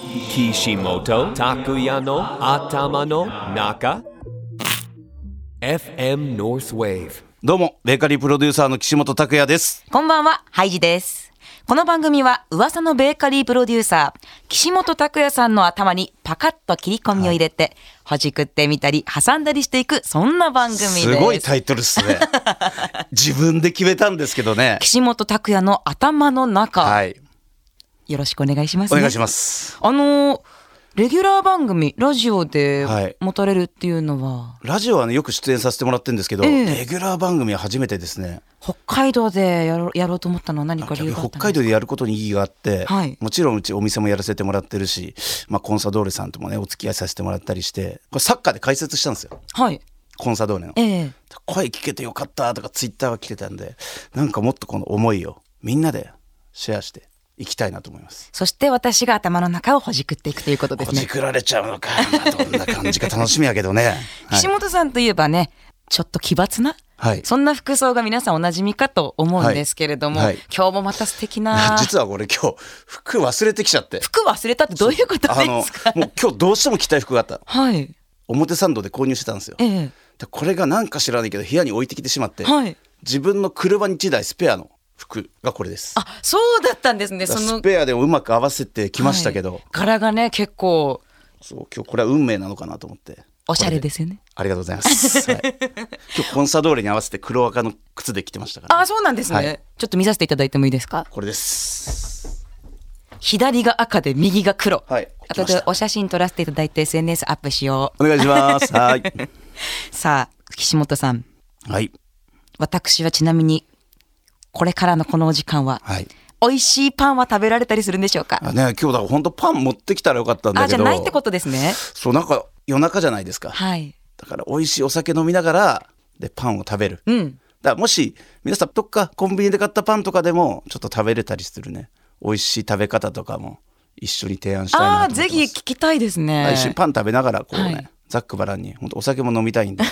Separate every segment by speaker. Speaker 1: Kishimoto Takuya no Atama no Naka FM North Wave
Speaker 2: どうも、ベーカリープロデューサーの岸本拓也です。
Speaker 3: こんばんは、ハイジです。この番組は噂のベーカリープロデューサー、岸本拓也さんの頭にパカッと切り込みを入れて、ほじくってみたり、挟んだりしていく、そんな番組です。
Speaker 2: すごいタイトルです ね。自分で決めたんですけどね。
Speaker 3: 岸本拓也の頭の中、
Speaker 2: はい。
Speaker 3: よろしくお願いします、
Speaker 2: お
Speaker 3: ね。。
Speaker 2: 願いしますす。
Speaker 3: あのーレギュラー番組、ラジオ
Speaker 2: はい
Speaker 3: で持たれるっていうのは、
Speaker 2: ラジオはね、よく出演させてもらってるんですけど、
Speaker 3: ええ
Speaker 2: レギュラー番組は初めてですね。
Speaker 3: 北海道でやろやろうと思ったのは何か理由があ
Speaker 2: 北
Speaker 3: ったん
Speaker 2: 海
Speaker 3: で
Speaker 2: 道
Speaker 3: すか
Speaker 2: でやることに意義があって、
Speaker 3: はい
Speaker 2: もちろんうちお店もやらせてもらってるし、まあ、コンサドーレさんともねお付き合いさせてもらったりしてこれサッカーで解説したんですよ
Speaker 3: はい。
Speaker 2: コンサドーレの
Speaker 3: ええ
Speaker 2: 声聞けてよかったとかツイッターが来てたんでなんかもっとこの思いをみんなでシェアしていきたいなと思います。
Speaker 3: そして私が頭の中をほじくっていくということです
Speaker 2: こ
Speaker 3: ね
Speaker 2: じ。くられちゃうのか、まあどんな感じか楽しみやけど ね。はい
Speaker 3: 岸本さんといえばね、ちょっと奇抜な、
Speaker 2: はい
Speaker 3: そんな服装が皆さんおなじみかと思うんですけれども、
Speaker 2: はいはい
Speaker 3: 今日もまた素敵な
Speaker 2: 実は俺今日服忘れてきちゃって。
Speaker 3: 服忘れたって どういうこと
Speaker 2: あ
Speaker 3: で
Speaker 2: の
Speaker 3: すか
Speaker 2: もう今日どうしても着たい服があった。
Speaker 3: はい、
Speaker 2: 表参道で購入してたんですよ。
Speaker 3: ええ、
Speaker 2: でこれがなんか知らないけど部屋に置いてきてしまって、
Speaker 3: はい
Speaker 2: 自分の車に1台スペアの服がこれです。
Speaker 3: あそうだったんです
Speaker 2: だ
Speaker 3: ねそ
Speaker 2: から
Speaker 3: の
Speaker 2: スペアでもうまく合わせてきましたけど、
Speaker 3: はい柄がね結構
Speaker 2: そう今日これは運命なのかなと思って。。
Speaker 3: おしゃれですすよね
Speaker 2: ありがとうござい ます。はい、今日コンサドーレに合わせて黒赤の靴で来てましたから、
Speaker 3: あそうなんですね、
Speaker 2: はい
Speaker 3: ちょっと見させていただいてもいいですか
Speaker 2: これです。
Speaker 3: 左が赤で右が黒、
Speaker 2: はい
Speaker 3: 後
Speaker 2: 来まし
Speaker 3: で
Speaker 2: た
Speaker 3: お写真撮らせていただいて SNS アップしよ
Speaker 2: お願いし ます。はい。
Speaker 3: うさあ岸本さん
Speaker 2: はい。
Speaker 3: 私はちなみにこれからのこのお時間は、
Speaker 2: はい。
Speaker 3: 美味しいパンは食べられたりするんでしょうか
Speaker 2: あね、今日だから本当パン持ってきたらよかったんだ
Speaker 3: あ
Speaker 2: けど。
Speaker 3: じゃないってことですね
Speaker 2: そう、なんか夜中じゃないですか。
Speaker 3: はい
Speaker 2: だから美味しいお酒飲みながら、で、パンを食べる。
Speaker 3: うん
Speaker 2: だからもし、皆さん、どっかコンビニで買ったパンとかでも、ちょっと食べれたりするね。美味しい食べ方とかも、一緒に提案したいなと思
Speaker 3: あ
Speaker 2: っ
Speaker 3: ー
Speaker 2: て
Speaker 3: ぜひ
Speaker 2: ます
Speaker 3: 聞きたいですね
Speaker 2: 一緒にパン食べながら、こうね、
Speaker 3: はい
Speaker 2: ざっくばらんに、本当お酒も飲みたいんで、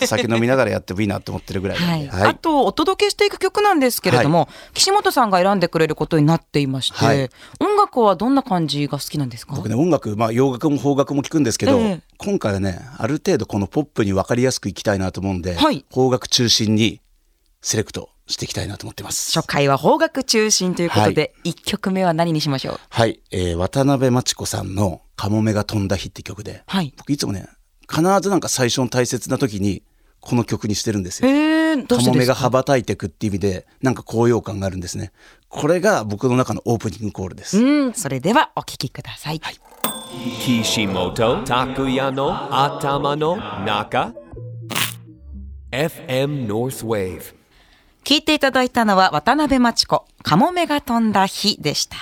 Speaker 2: お酒飲みながらやってもいいなって思ってるぐらいな
Speaker 3: は
Speaker 2: んで。
Speaker 3: い、あとお届けしていく曲なんですけれども、岸本さんが選んでくれることになっていまして、
Speaker 2: はい
Speaker 3: 音楽はどんな感じが好きなんですか
Speaker 2: 僕ね音楽、まあ、洋楽も邦楽も聞くんですけど、
Speaker 3: ええ
Speaker 2: 今回はねある程度このポップに分かりやすくいきたいなと思うんで、
Speaker 3: はい
Speaker 2: 邦楽中心にセレクトしていきたいなと思ってます
Speaker 3: 初回は邦楽中心ということで、一曲目は何にしましょう
Speaker 2: はい、えー渡辺真知子さんの「カモメが飛んだ日」って曲で、
Speaker 3: はい
Speaker 2: 僕いつもね必ずなんか最初の大切な時にこの曲にしてるんですよ。
Speaker 3: えー、どう
Speaker 2: カ
Speaker 3: して
Speaker 2: モ
Speaker 3: で
Speaker 2: メ
Speaker 3: す
Speaker 2: が
Speaker 3: か
Speaker 2: 羽ばたいてくっていう意味でなんか高揚感があるんですねこれが僕の中のオープニングコールです、
Speaker 3: うんそれではお聴きください、
Speaker 1: Kishimoto Takuya no Atama no Naka FM North Wave
Speaker 3: 聞いていただいたのは渡辺真知子、カモメが飛んだ日でした。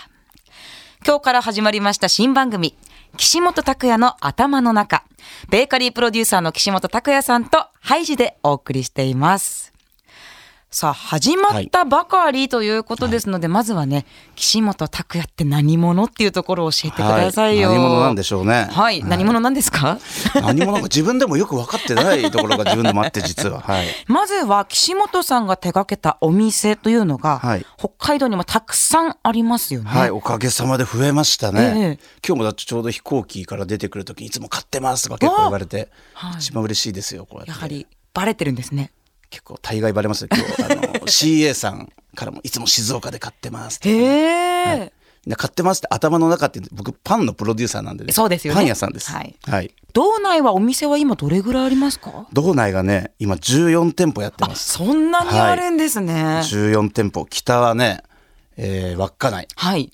Speaker 3: 今日から始まりました新番組、岸本拓也の頭の中、ベーカリープロデューサーの岸本拓也さんとハイジでお送りしています。さあ、始まったばかりということですので、まずはね、岸本拓也って何者っていうところを教えてくださいよ。
Speaker 2: はい何者なんでしょうね
Speaker 3: はい、何者なんですか
Speaker 2: 何もなんか自分でもよく分かってないところが自分でもあって実は はい
Speaker 3: まずは岸本さんが手掛けたお店というのが、
Speaker 2: はい
Speaker 3: 北海道にもたくさんありますよね。
Speaker 2: はい、おかげさまで増えましたね
Speaker 3: ええ。
Speaker 2: 今日もだってちょうど飛行機から出てくるときにいつも買ってますとか結構言われて、一番嬉しいですよ、こうやって。
Speaker 3: やはりバレてるんですね。
Speaker 2: 結構大概バレますよ、今日。あの、CA さんからもいつも静岡で買ってますって。
Speaker 3: へえ、
Speaker 2: みんな買ってますって頭の中って僕パンのプロデューサーなんでね。
Speaker 3: そうですよね
Speaker 2: パン屋さんです。
Speaker 3: はい
Speaker 2: はい。
Speaker 3: 道内はお店は今どれぐらいありますか？
Speaker 2: 道内がね、今14店舗やってます。
Speaker 3: そんなにあるんですね。はい。
Speaker 2: 14店舗。北はね、えー稚内。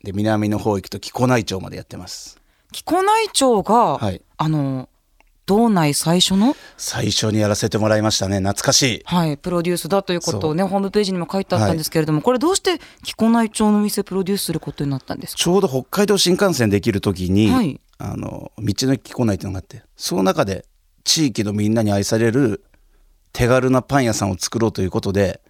Speaker 2: で、南の方行くと木古内町までやってます。
Speaker 3: 木古内町が、
Speaker 2: はい
Speaker 3: あの道内最初の
Speaker 2: 最初にやらせてもらいましたね。懐かしい。
Speaker 3: はいプロデュースだということをねホームページにも書いてあったんですけれども、これどうして木古内町の店プロデュースすることになったんですか？
Speaker 2: ちょうど北海道新幹線できる時に、
Speaker 3: はい
Speaker 2: あの道の駅来ないっていうのがあってその中で地域のみんなに愛される手軽なパン屋さんを作ろうということで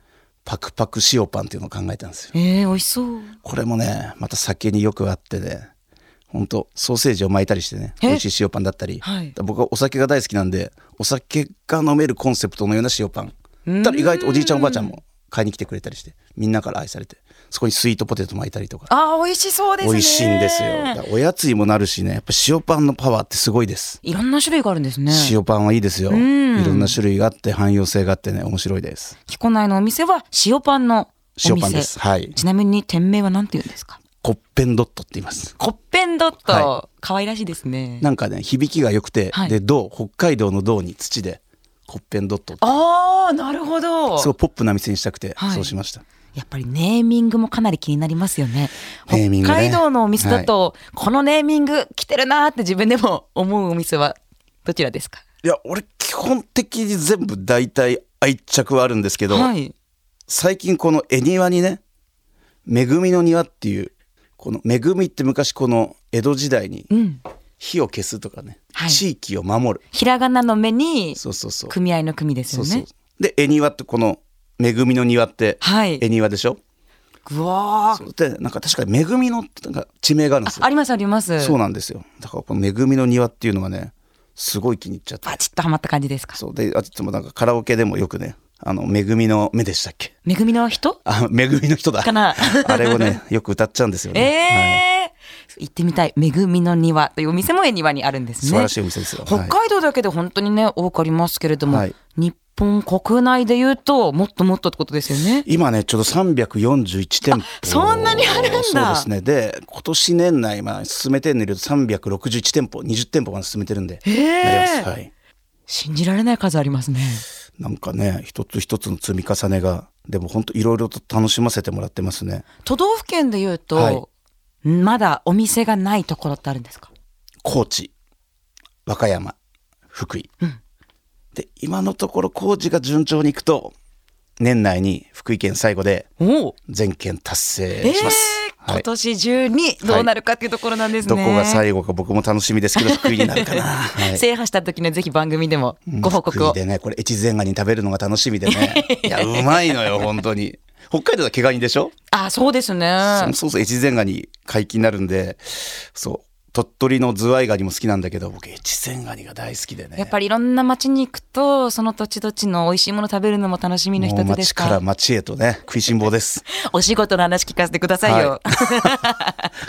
Speaker 2: パクパク塩パンっていうのを考えたんですよ
Speaker 3: えー、美味しそう。
Speaker 2: これもねまた酒によく合ってねほんとソーセージを巻いたりしてね
Speaker 3: え
Speaker 2: 美味しい塩パンだったり、
Speaker 3: はい
Speaker 2: 僕はお酒が大好きなんでお酒が飲めるコンセプトのような塩パンたら意外とおじいちゃんおばあちゃんも買いに来てくれたりしてみんなから愛されてそこにスイートポテト巻いたりとか
Speaker 3: あー美味しそうですね
Speaker 2: 美味しいんですよだからおやつにもなるしねやっぱ塩パンのパワーってすごいです
Speaker 3: いろんな種類があるんですね
Speaker 2: 塩パンはいいですよ、
Speaker 3: ん
Speaker 2: いろんな種類があって汎用性があってね面白いです
Speaker 3: 木古内のお店は塩パンのお店
Speaker 2: 塩パンですはい
Speaker 3: ちなみに店名は何て言うんですか
Speaker 2: コッペンドットって言います
Speaker 3: コッペンドット、
Speaker 2: は
Speaker 3: 可愛らしいですね
Speaker 2: なんかね響きが良くて、
Speaker 3: はい
Speaker 2: で銅北海道の銅に土でコッペンドットって
Speaker 3: ああなるほど
Speaker 2: すごいポップな店にしたくて、
Speaker 3: はい
Speaker 2: そうしました
Speaker 3: やっぱりネーミングもかなり気になりますよね。
Speaker 2: ネーミング
Speaker 3: 北
Speaker 2: ね
Speaker 3: 海道のお店だと、このネーミング来てるなーって自分でも思うお店はどちらですか
Speaker 2: いや俺基本的に全部大体愛着はあるんですけど、
Speaker 3: はい。
Speaker 2: 最近この絵庭にね「恵みの庭」っていうこの「恵み」って昔この江戸時代に
Speaker 3: うん。
Speaker 2: 火を消すとかね、
Speaker 3: はい
Speaker 2: 地域を守る
Speaker 3: ひらがなの目に、
Speaker 2: そうそうそう
Speaker 3: 組合の組です
Speaker 2: そ
Speaker 3: よ
Speaker 2: うそう
Speaker 3: ね。
Speaker 2: で絵庭ってこの「恵みの庭」って
Speaker 3: はい
Speaker 2: 絵庭でしょ、
Speaker 3: うわー
Speaker 2: そうでなんか確かに「恵みの」ってなんか地名があるんです
Speaker 3: あ
Speaker 2: よ
Speaker 3: りますあります。
Speaker 2: そうなんですよだからこの「恵みの庭」っていうのがねすごい気に入っちゃって
Speaker 3: バチッとハマった感じですか。
Speaker 2: そうであともなんかカラオケでもよくね「あの恵みの目」でしたっけ
Speaker 3: 恵みの人
Speaker 2: あ恵みの人だ
Speaker 3: かな
Speaker 2: あれをねよく歌っちゃうんですよ
Speaker 3: え
Speaker 2: ね、はい
Speaker 3: えー行ってみたい。恵みの庭というお店も絵庭にあるんですね。
Speaker 2: 素晴らしいお店ですよ
Speaker 3: 北
Speaker 2: はい
Speaker 3: 海道だけで本当にね、多くありますけれども、
Speaker 2: はい
Speaker 3: 日本国内で言うと、もっともっとってことですよね。
Speaker 2: 今ねちょうど341店舗
Speaker 3: そんなにあるんだ
Speaker 2: そうですねで今年年内、まあ、進めてるので361店舗20店舗まで進めてるんで、
Speaker 3: へえ
Speaker 2: なりますはい、
Speaker 3: 信じられない数ありますね。
Speaker 2: なんかね一つ一つの積み重ねがでも本当いろいろと楽しませてもらってますね
Speaker 3: 都道府県で言うと、
Speaker 2: はい
Speaker 3: まだお店がないところってあるんですか
Speaker 2: 高知和歌山福井、で今のところ高知が順調にいくと年内に福井県最後で
Speaker 3: おお、
Speaker 2: 全県達
Speaker 3: え
Speaker 2: 成
Speaker 3: ー
Speaker 2: します、は
Speaker 3: 今
Speaker 2: い
Speaker 3: 年中にどうなるかっていうところなんですね。
Speaker 2: どこが最後か僕も楽しみです けど福井になるかな、はい
Speaker 3: 制覇した時にはぜひ番組でもご報告
Speaker 2: 福
Speaker 3: を
Speaker 2: 井。でねこれ越前ガニ食べるのが楽しみで ねいやうまいのよ本当に北海道は毛ガニでしょ、
Speaker 3: あ、そうですね。
Speaker 2: そうそうそう越前ガニ解禁になるんでそう鳥取のズワイガニも好きなんだけど僕越前ガニが大好きでね
Speaker 3: やっぱりいろんな町に行くと、その土地土地の美味しいもの食べるのも楽しみの一
Speaker 2: もう
Speaker 3: つです
Speaker 2: 町
Speaker 3: か
Speaker 2: から町へとね食いしん坊です
Speaker 3: お仕事の話聞かせてくださいよ。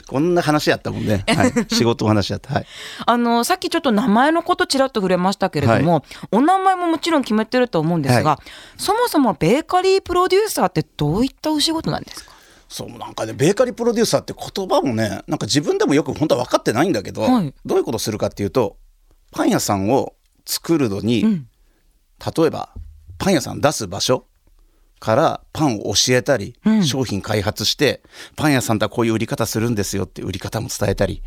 Speaker 2: こんな話やったもんね、はい、仕事の話やったはい
Speaker 3: あのさっきちょっと名前のことちらっと触れましたけれども、お名前ももちろん決めてると思うんですが、
Speaker 2: は
Speaker 3: そもそもベーカリープロデューサーってどういったお仕事なんですか
Speaker 2: そうなんかねベーカリープロデューサーって言葉もねなんか自分でもよく本当は分かってないんだけど、
Speaker 3: はい
Speaker 2: どういうことするかっていうとパン屋さんを作るのに、
Speaker 3: ん
Speaker 2: 例えばパン屋さん出す場所からパンを教えたり、
Speaker 3: ん
Speaker 2: 商品開発してパン屋さんとはこういう売り方するんですよって売り方も伝えたり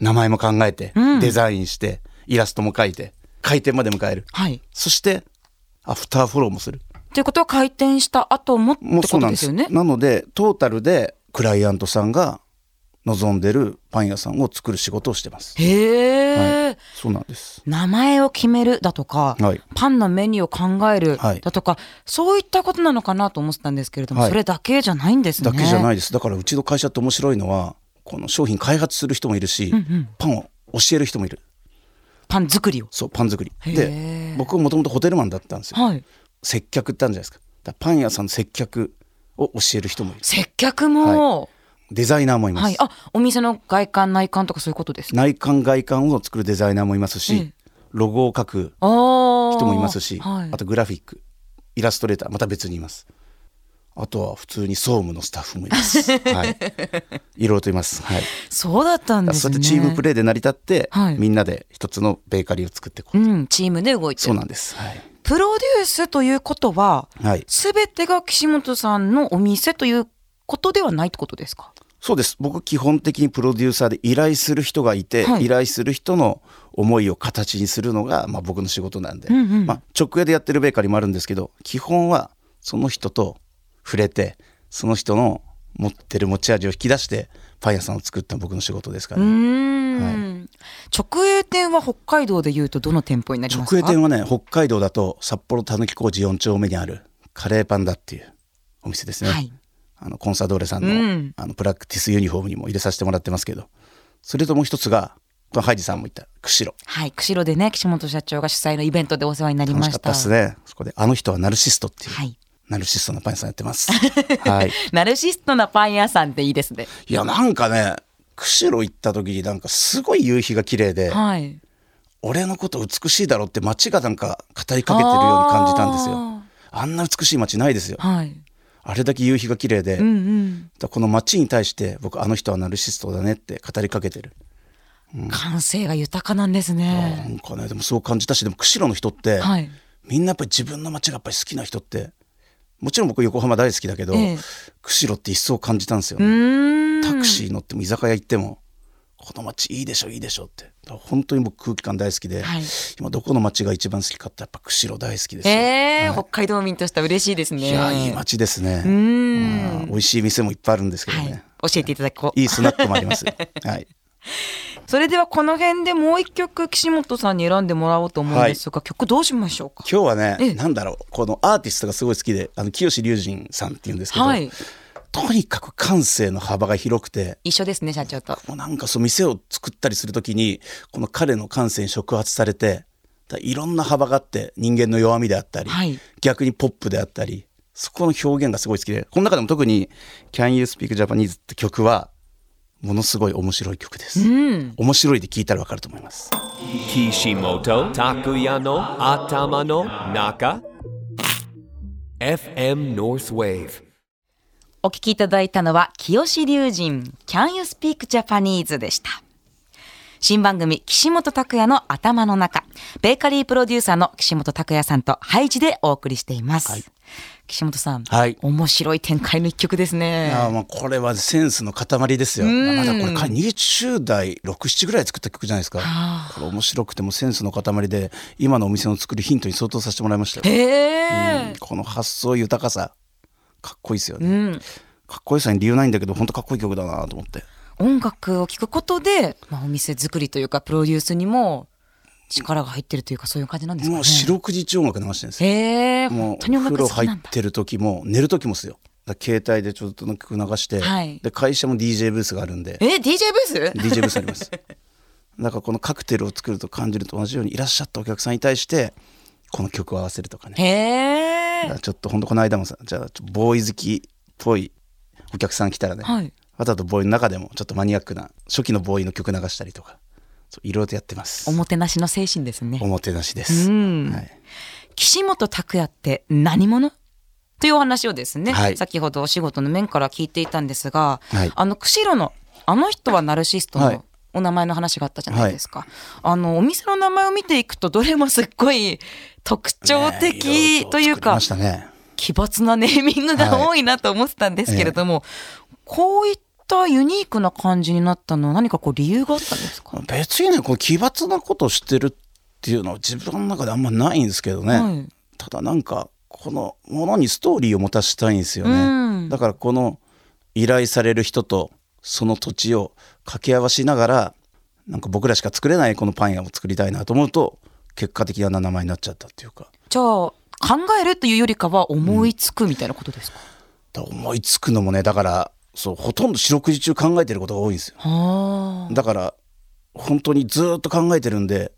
Speaker 2: 名前も考えて、
Speaker 3: うん
Speaker 2: デザインしてイラストも描いて開店まで迎える
Speaker 3: はい。
Speaker 2: そしてアフターフォローもする
Speaker 3: ということは開店した後もって
Speaker 2: もうそ
Speaker 3: こ
Speaker 2: うな
Speaker 3: と
Speaker 2: ん
Speaker 3: で
Speaker 2: ですす
Speaker 3: よね。
Speaker 2: なのでトータルでクライアントさんが望んでるパン屋さんを作る仕事をしてます。
Speaker 3: へえ、
Speaker 2: はい、そうなんです。
Speaker 3: 名前を決めるだとか、
Speaker 2: はい
Speaker 3: パンのメニューを考える
Speaker 2: はい
Speaker 3: だとか、そういったことなのかなと思ってたんですけれども、
Speaker 2: はい
Speaker 3: それだけじゃないんですね。。
Speaker 2: だけじゃないいです。だからうちの会社って面白いのはこの商品開発する人もいるし、パンを教える人もいる。
Speaker 3: パン作りを。
Speaker 2: そうパン作り。
Speaker 3: へ
Speaker 2: で
Speaker 3: ー
Speaker 2: 僕もともとホテルマンだったんですよ。
Speaker 3: はい。
Speaker 2: 接客ってあるんじゃないですか。だからパン屋さんの接客を教える人もいる。
Speaker 3: 接客も、
Speaker 2: デザイナーもい
Speaker 3: はい、
Speaker 2: ます。
Speaker 3: あ、お店の外観内観とかそういうことですね。
Speaker 2: 内観外観を作るデザイナーもいますし、
Speaker 3: ええ
Speaker 2: ロゴを書く
Speaker 3: あー
Speaker 2: 人もいますし、
Speaker 3: はい
Speaker 2: あとグラフィックイラストレーターまた別にいますあとは普通に総務のスタッフもいます、 はい、いろいろといます、はい、
Speaker 3: そうだったん
Speaker 2: だから
Speaker 3: です
Speaker 2: そう
Speaker 3: ね。
Speaker 2: やってチームプレーで成り立って、
Speaker 3: はい
Speaker 2: みんなで一つのベーカリーを作っていこう、
Speaker 3: うん、チームで動いて
Speaker 2: そう
Speaker 3: る。
Speaker 2: なんです、はい
Speaker 3: プロデュースということは、
Speaker 2: はい、
Speaker 3: すべてが岸本さんのお店ということではないってことですか。
Speaker 2: そうです僕基本的にプロデューサーで依頼する人がいて、
Speaker 3: はい
Speaker 2: 依頼する人の思いを形にするのが、まあ、僕の仕事なんで、
Speaker 3: うんうん
Speaker 2: まあ、直営でやってるベーカリーもあるんですけど基本はその人と触れてその人の持ってる持ち味を引き出してパン屋さんを作った僕の仕事ですから、
Speaker 3: うー
Speaker 2: ね
Speaker 3: ん、直営店は北海道でいうとどの店舗になりますか。
Speaker 2: 直営店はね北海道だと札幌たぬき工事4丁目にあるカレーパンダっていうお店ですね、
Speaker 3: はい
Speaker 2: あのコンサドーレさんの,、
Speaker 3: うん
Speaker 2: あのプラクティスユニフォームにも入れさせてもらってますけどそれともう一つがこれハイジさんも言った釧路
Speaker 3: はい、釧路でね、岸本社長が主催のイベントでお世話になり
Speaker 2: 楽
Speaker 3: ま
Speaker 2: し
Speaker 3: し。
Speaker 2: かったたですねそこで「あの人はナルシスト」っていう、
Speaker 3: はい。
Speaker 2: ナルシストのパン屋さんやって ます。はい。
Speaker 3: ナルシストなパン屋さんっていいですね。
Speaker 2: いや、なんかね、釧路行った時になんかすごい夕日が綺麗で、
Speaker 3: はい。
Speaker 2: 俺のこと美しいだろって街がなんか語りかけてるように感じたんですよ。
Speaker 3: あ
Speaker 2: あんな美しい街ないですよ。
Speaker 3: はい。
Speaker 2: あれだけ夕日が綺麗で、
Speaker 3: うんう
Speaker 2: だ
Speaker 3: ん。
Speaker 2: からこの街に対して僕あの人はナルシストだねって語りかけてる。
Speaker 3: 感性が豊かなんです
Speaker 2: な
Speaker 3: ね。
Speaker 2: んかね、でもそう感じたし、でも釧路の人って、
Speaker 3: はい。
Speaker 2: みんなやっぱり自分の街がやっぱり好きな人って、もちろん僕横浜大好きだけど、
Speaker 3: ええ
Speaker 2: 釧路って一層感じたんですよ
Speaker 3: う
Speaker 2: ね。
Speaker 3: ーん。
Speaker 2: タクシー乗っても居酒屋行ってもこの街いいでしょいいでしょってだから本当に僕空気感大好きで、
Speaker 3: はい
Speaker 2: 今どこの街が一番好きかってやっぱ釧路大好きですよ、
Speaker 3: えー北海道民としては嬉しいですね。
Speaker 2: いやいい街ですね
Speaker 3: うーん。
Speaker 2: うん美味しい店もいっぱいあるんですけど
Speaker 3: はい
Speaker 2: ね、。
Speaker 3: 教えていただこう。
Speaker 2: い、いスナックもあります よはい
Speaker 3: それではこの辺でもう一曲岸本さんに選んでもらおうと思うんですが、曲どうしましょうか。
Speaker 2: 今日はね、
Speaker 3: ええ
Speaker 2: なんだろうこのアーティストがすごい好きであの清志隆人さんっていうんですけど、
Speaker 3: はい
Speaker 2: とにかく感性の幅が広くて
Speaker 3: 一緒ですね社長と。
Speaker 2: もうなんかそう店を作ったりするときにこの彼の感性に触発されてだいろんな幅があって人間の弱みであったり、
Speaker 3: はい
Speaker 2: 逆にポップであったりそこの表現がすごい好きでこの中でも特に「Can You Speak Japanese」って曲はものすごい面白い曲です、面白いで聞いたらわかると思います
Speaker 1: 岸本拓也の頭の中 FM Northwave
Speaker 3: お聞きいただいたのは清志龍神 Can You Speak Japanese でした。新番組岸本拓也の頭の中ベーカリープロデューサーの岸本拓也さんとハイジでお送りしています。岸本さん、
Speaker 2: はい
Speaker 3: 面白い展開の一曲ですね。
Speaker 2: あーまあこれはセンスの塊ですよ、まだこれか20代67ぐらい作った曲じゃないですかこれ面白くてもセンスの塊で今のお店の作るヒントに相当させてもらいましたよ
Speaker 3: へ
Speaker 2: うん
Speaker 3: え、
Speaker 2: この発想豊かさかっこいいですよね、
Speaker 3: うん
Speaker 2: かっこよさに理由ないんだけど本当かっこいい曲だなと思って
Speaker 3: 音楽を聴くことで、まあ、お店作りというかプロデュースにも力が入ってるというかそういう感じなんですかね。
Speaker 2: もう四六時中音楽流してるんですよ
Speaker 3: へえ
Speaker 2: もう
Speaker 3: 本当に音
Speaker 2: 風
Speaker 3: 楽
Speaker 2: 呂
Speaker 3: 好き
Speaker 2: 入
Speaker 3: な
Speaker 2: っ
Speaker 3: んだ。
Speaker 2: てる時も寝る時もですよだから携帯でちょっとの曲流して、
Speaker 3: はい
Speaker 2: で会社も DJ ブースがあるんで
Speaker 3: え DJ ブース
Speaker 2: DJ ブースありますだからこのカクテルを作ると感じると同じようにいらっしゃったお客さんに対してこの曲を合わせるとかね
Speaker 3: へえ
Speaker 2: だからちょっと本当この間もさじゃあちょっとボーイ好きっぽいお客さん来たらね、
Speaker 3: はい
Speaker 2: わざとボーイの中でもちょっとマニアックな初期のボーイの曲流したりとかそういろいろとやってます
Speaker 3: おもてなしの精神ですね
Speaker 2: お。もてなしです、
Speaker 3: うん
Speaker 2: はい、
Speaker 3: 岸本拓也って何者というお話をですね、
Speaker 2: はい
Speaker 3: 先ほどお仕事の面から聞いていたんですが、
Speaker 2: はい
Speaker 3: あの釧路のあの人はナルシストの、
Speaker 2: はい
Speaker 3: お名前の話があったじゃないですか、あのお店の名前を見ていくとどれもすっごい特徴
Speaker 2: ね
Speaker 3: 的
Speaker 2: ろ
Speaker 3: という
Speaker 2: 作り
Speaker 3: か、
Speaker 2: ましたね
Speaker 3: 奇抜なネーミングが
Speaker 2: はい
Speaker 3: 多いなと思ってたんですけれども、こういったユニークな感じになったのは何かこう理由があったんですか、
Speaker 2: 別にねこの奇抜なことをしてるっていうのは自分の中であんまないんですけどね、
Speaker 3: はい
Speaker 2: ただなんかこのものにストーリーを持たしたいんですよね、
Speaker 3: うん
Speaker 2: だからこの依頼される人とその土地を掛け合わしながらなんか僕らしか作れないこのパン屋を作りたいなと思うと結果的にあんな名前になっちゃったっていうか
Speaker 3: じゃあ考えるというよりかは思いつくみたいなことですか、
Speaker 2: だから思いつくのもねだからそうほとんど四六時中考えてることが多いんですよ
Speaker 3: はあ
Speaker 2: だから本当にずーっと考えてるんで、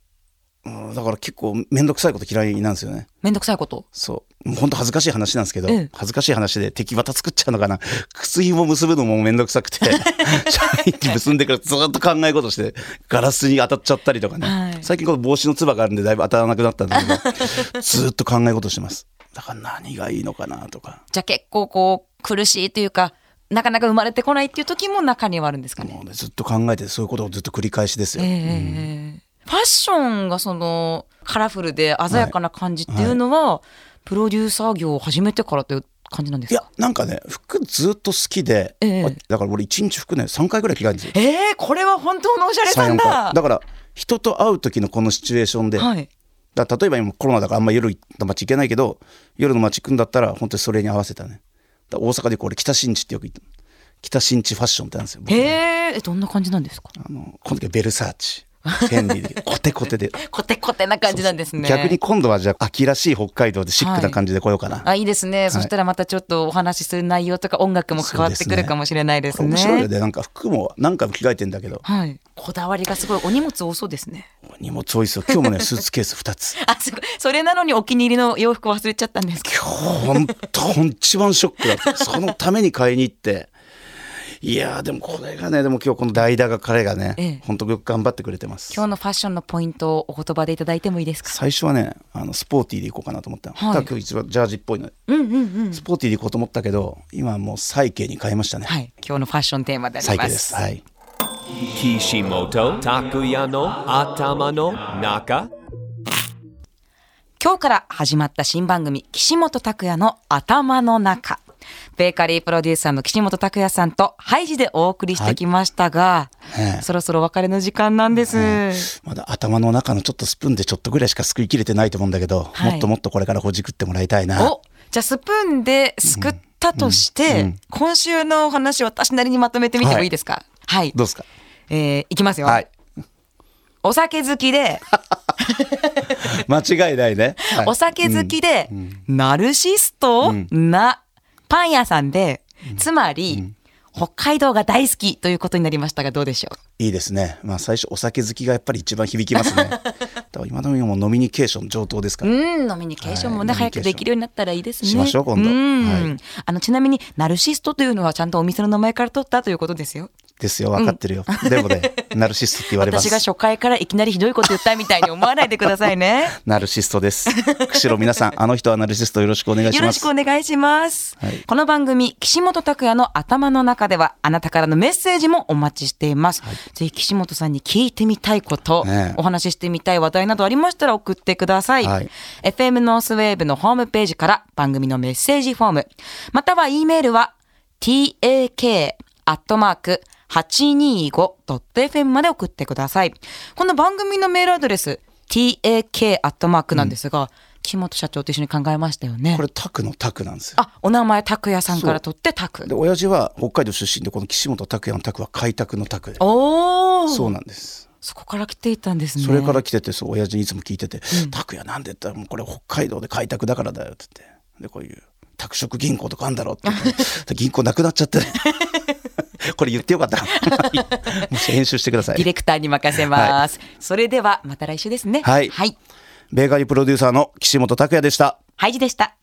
Speaker 2: うん、だから結構面倒くさいこと嫌いなんですよね
Speaker 3: めんどくさいこと
Speaker 2: そうもう本当恥ずかしい話なんですけど、
Speaker 3: ええ
Speaker 2: 恥ずかしい話で敵また作っちゃうのかな靴紐結ぶのもめんどくさ くてチャイって結んでからずっと考え事してガラスに当たっちゃったりとかね、
Speaker 3: はい
Speaker 2: 最近この帽子のつばがあるんでだいぶ当たらなくなったん だけどずっと考え事してますだから何がいいのかなとか
Speaker 3: じゃあ結構こう苦しいというかなかなか生まれてこないっていう時も中にはあるんですかね、
Speaker 2: もうねずっと考えてそういうことをずっと繰り返しですよ、
Speaker 3: ええええファッションがそのカラフルで鮮やかな感じっていうのは、プロデューサー業を始めてからという感じなんです
Speaker 2: い
Speaker 3: か
Speaker 2: やなんかね服ずっと好きで、
Speaker 3: ええ
Speaker 2: あだから俺一日服ね3回ぐらい着替えるんですよ
Speaker 3: ええこれは本当のおしゃれさ
Speaker 2: 3-4
Speaker 3: んだ
Speaker 2: 回だから人と会う時のこのシチュエーションで、
Speaker 3: はい
Speaker 2: だから例えば今コロナだからあんま夜の街行けないけど夜の街行くんだったら本当にそれに合わせたねだから大阪でこれ北新地ってよく言って北新地ファッションってなんですよ僕
Speaker 3: へええどんな感じなんですか
Speaker 2: あのこの時はベルサーチヘンリ ーでコテコテで
Speaker 3: コテコテな感じなんですね
Speaker 2: 逆に今度はじゃあ秋らしい北海道でシックな感じで来ようかな、
Speaker 3: あいいですね、そしたらまたちょっとお話しする内容とか音楽も変わってくるかもしれないです
Speaker 2: これ
Speaker 3: ね
Speaker 2: 面白いよねなんか服も何回も着替えてんだけど
Speaker 3: はいこだわりがすごいお荷物多そうですね
Speaker 2: お荷物多いですよ今日もねスーツケース2つ
Speaker 3: あ、すごい。それなのにお気に入りの洋服忘れちゃったんですけど。
Speaker 2: 本当ほんと一番ショックだったそのために買いに行っていやーでもこれがねでも今日この代打が彼がね、
Speaker 3: ええ
Speaker 2: 本当よく頑張ってくれてます
Speaker 3: 今日のファッションのポイントをお言葉でいただいてもいいですか
Speaker 2: 最初はねあのスポーティーでいこうかなと思ったの、
Speaker 3: はい
Speaker 2: ただ今日一番ジャージっぽいので、スポーティーでいこうと思ったけど今はもうサイケイに変えましたね、
Speaker 3: はい。今日のファッションテーマであ
Speaker 2: サ
Speaker 3: り
Speaker 2: イケ
Speaker 3: ま
Speaker 2: イですす。はい
Speaker 1: Kishimoto Takuya no Atama no Naka
Speaker 3: 今日から始まった新番組、岸本拓也の頭の中。ベーカリープロデューサーの岸本拓也さんとハイジでお送りしてきましたが、
Speaker 2: ねえ
Speaker 3: そろそろお別れの時間なんです。
Speaker 2: まだ頭の中のちょっとスプーンでちょっとぐらいしかすくいきれてないと思うんだけど、
Speaker 3: はい
Speaker 2: もっともっとこれからほじくってもらいたいな
Speaker 3: おじゃあスプーンですくったとして、今週のお話を私なりにまとめてみてもいいですかはい。
Speaker 2: どうですか
Speaker 3: えーいきますよ。
Speaker 2: はい
Speaker 3: お酒好きで、
Speaker 2: 間違いないね、はい
Speaker 3: お酒好きで、ナルシストなパン屋さんで、つまり、北海道が大好きということになりましたが、どうでしょう
Speaker 2: いいですね。まあ最初お酒好きがやっぱり一番響き ますね。だから今のもうノミニケーション上等ですから。
Speaker 3: うん、ノミニケーションもね、
Speaker 2: はい
Speaker 3: 早くできるようになったらいいですね。
Speaker 2: しましょう今度
Speaker 3: ん
Speaker 2: はい
Speaker 3: あの、ちなみに、ナルシストというのはちゃんとお店の名前から取ったということですよ。
Speaker 2: ですよ、分かってるよ。でも ね、ナルシストって言われます。
Speaker 3: 私が初回からいきなりひどいこと言ったみたいに思わないでくださいね。
Speaker 2: ナルシストです。釧路皆さん、あの人はナルシストよろしくお願いし
Speaker 3: よろ
Speaker 2: ま
Speaker 3: し
Speaker 2: す
Speaker 3: く。お願いします。
Speaker 2: はい
Speaker 3: この番組、岸本拓也の頭の中では、あなたからのメッセージもお待ちしています。ぜひ岸本さんに聞いてみたいこと、
Speaker 2: ねえ
Speaker 3: お話ししてみたい話題などありましたら送ってください。
Speaker 2: はい
Speaker 3: FM ノースウェーブのホームページから番組のメッセージフォーム、または E メールは tak アットマーク 825.fm まで送ってください。この番組のメールアドレス、tak アットマークなんですが、岸本社長と一緒に考えましたよね。
Speaker 2: これタクのタクなんですよ。
Speaker 3: あ、お名前拓也さんから取ってタク
Speaker 2: で、。親父は北海道出身で、この岸本拓也のタクは開拓のタクで。
Speaker 3: おお。
Speaker 2: そうなんです。
Speaker 3: そこから来ていたんですね。
Speaker 2: それから来てて、そう、親父にいつも聞いてて、拓也なんでって言ったら、もうこれ北海道で開拓だからだよって言って。で、こういう、拓殖銀行とかあんだろうって言 って。銀行なくなっちゃってね。これ言ってよかったか な。もし編集してくださ
Speaker 3: ディ
Speaker 2: い。
Speaker 3: レクターに任せます。それではまた来週ですね。
Speaker 2: はい
Speaker 3: はい。
Speaker 2: ベーカリープロデューサーの岸本拓也でした。
Speaker 3: ハイジでした。